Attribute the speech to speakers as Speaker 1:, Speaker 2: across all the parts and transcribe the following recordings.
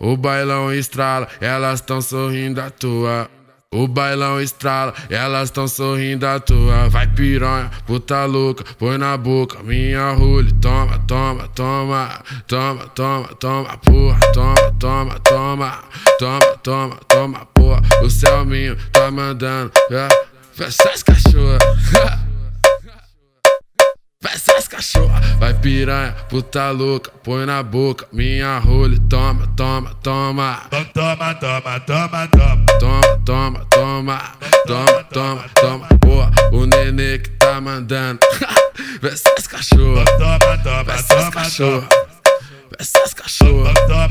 Speaker 1: O bailão estrala, elas tão sorrindo à toa. O bailão estrala, elas tão sorrindo à toa. Vai piranha, puta louca, põe na boca minha rolha. Toma, toma, toma, toma, toma, toma, porra. Toma, toma, toma, toma, toma, toma, porra. O Selminho tá mandando, peça as cachorra. Peça as cachorra. Vai piranha, puta louca, põe na boca minha rolha. Toma, toma, toma.
Speaker 2: Toma, toma, toma, toma.
Speaker 1: Toma, toma, toma, toma, toma, toma, boa. O nenê que tá mandando. Essas cachorras,
Speaker 2: Toma, toma,
Speaker 1: essas
Speaker 2: toma, toma.
Speaker 1: cachorras, essas cachorras.
Speaker 2: Toma, toma,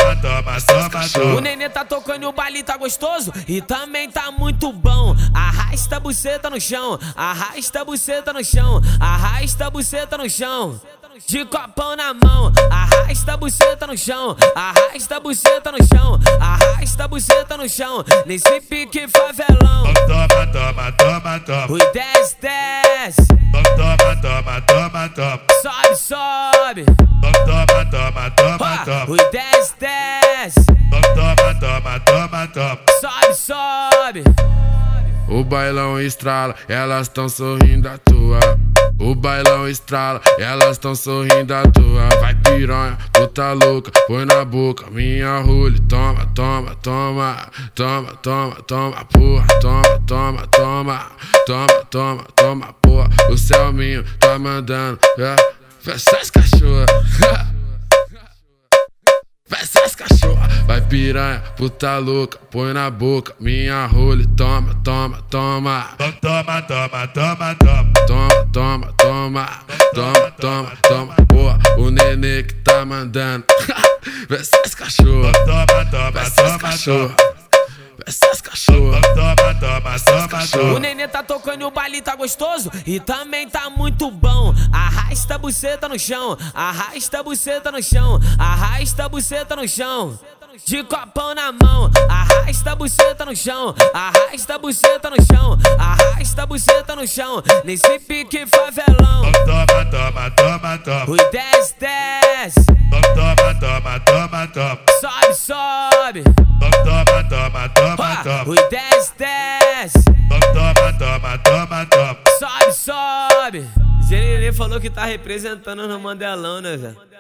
Speaker 2: toma,
Speaker 1: Ô,
Speaker 3: O
Speaker 2: toma.
Speaker 3: nenê tá tocando e o baile tá gostoso e também tá muito bom. Arrasta a buceta no chão, arrasta a buceta no chão, arrasta a buceta no chão. De copão na mão, arrasta a buceta no chão, arrasta a buceta no chão, arrasta a buceta no chão, nesse pique favelão.
Speaker 2: Toma, toma, toma, toma.
Speaker 3: Ui, desce, desce,
Speaker 2: Toma, toma, toma, toma.
Speaker 3: sobe, sobe.
Speaker 2: Toma, toma, toma,
Speaker 3: Ah,
Speaker 2: toma.
Speaker 3: Ui, desce, desce,
Speaker 2: Toma, toma, toma, toma.
Speaker 3: sobe, sobe.
Speaker 1: O bailão estrala, elas tão sorrindo à toa. O bailão estrala, elas tão sorrindo à toa. Vai piranha, puta louca, põe na boca minha rolha. Toma, toma, toma, toma, toma, toma, porra. Toma, toma, toma, toma, toma, toma, porra. O Selminho tá mandando, peça as cachorras. Peça as cachorra, vai piranha, puta louca, põe na boca minha rolha, toma, toma, toma,
Speaker 2: Toma, toma, toma, toma.
Speaker 1: toma, toma, toma, toma, toma, toma, boa, o nenê que tá mandando. Peça as cachorra,
Speaker 2: Toma, toma,
Speaker 1: peça as
Speaker 2: toma,
Speaker 1: cachorra,
Speaker 2: toma.
Speaker 1: peça as cachorra,
Speaker 2: Toma, toma, toma,
Speaker 3: O
Speaker 2: toma.
Speaker 3: nenê tá tocando e o baile tá gostoso e também tá muito bom. Arrasta a buceta no chão, arrasta a buceta no chão, arrasta a buceta no chão. De copão na mão, arrasta a buceta no chão, arrasta a buceta no chão, arrasta a buceta no chão, nesse pique favelão.
Speaker 2: Toma, toma, toma, toma.
Speaker 3: Ui, desce, desce,
Speaker 2: Toma, toma, toma, toma.
Speaker 3: sobe, sobe.
Speaker 2: Toma, toma, toma,
Speaker 3: Ah,
Speaker 2: toma.
Speaker 3: Ui, desce, desce.
Speaker 2: Toma, toma, toma, toma.
Speaker 3: Sobe, sobe! Gererê falou que tá representando no Mandelão, né, velho?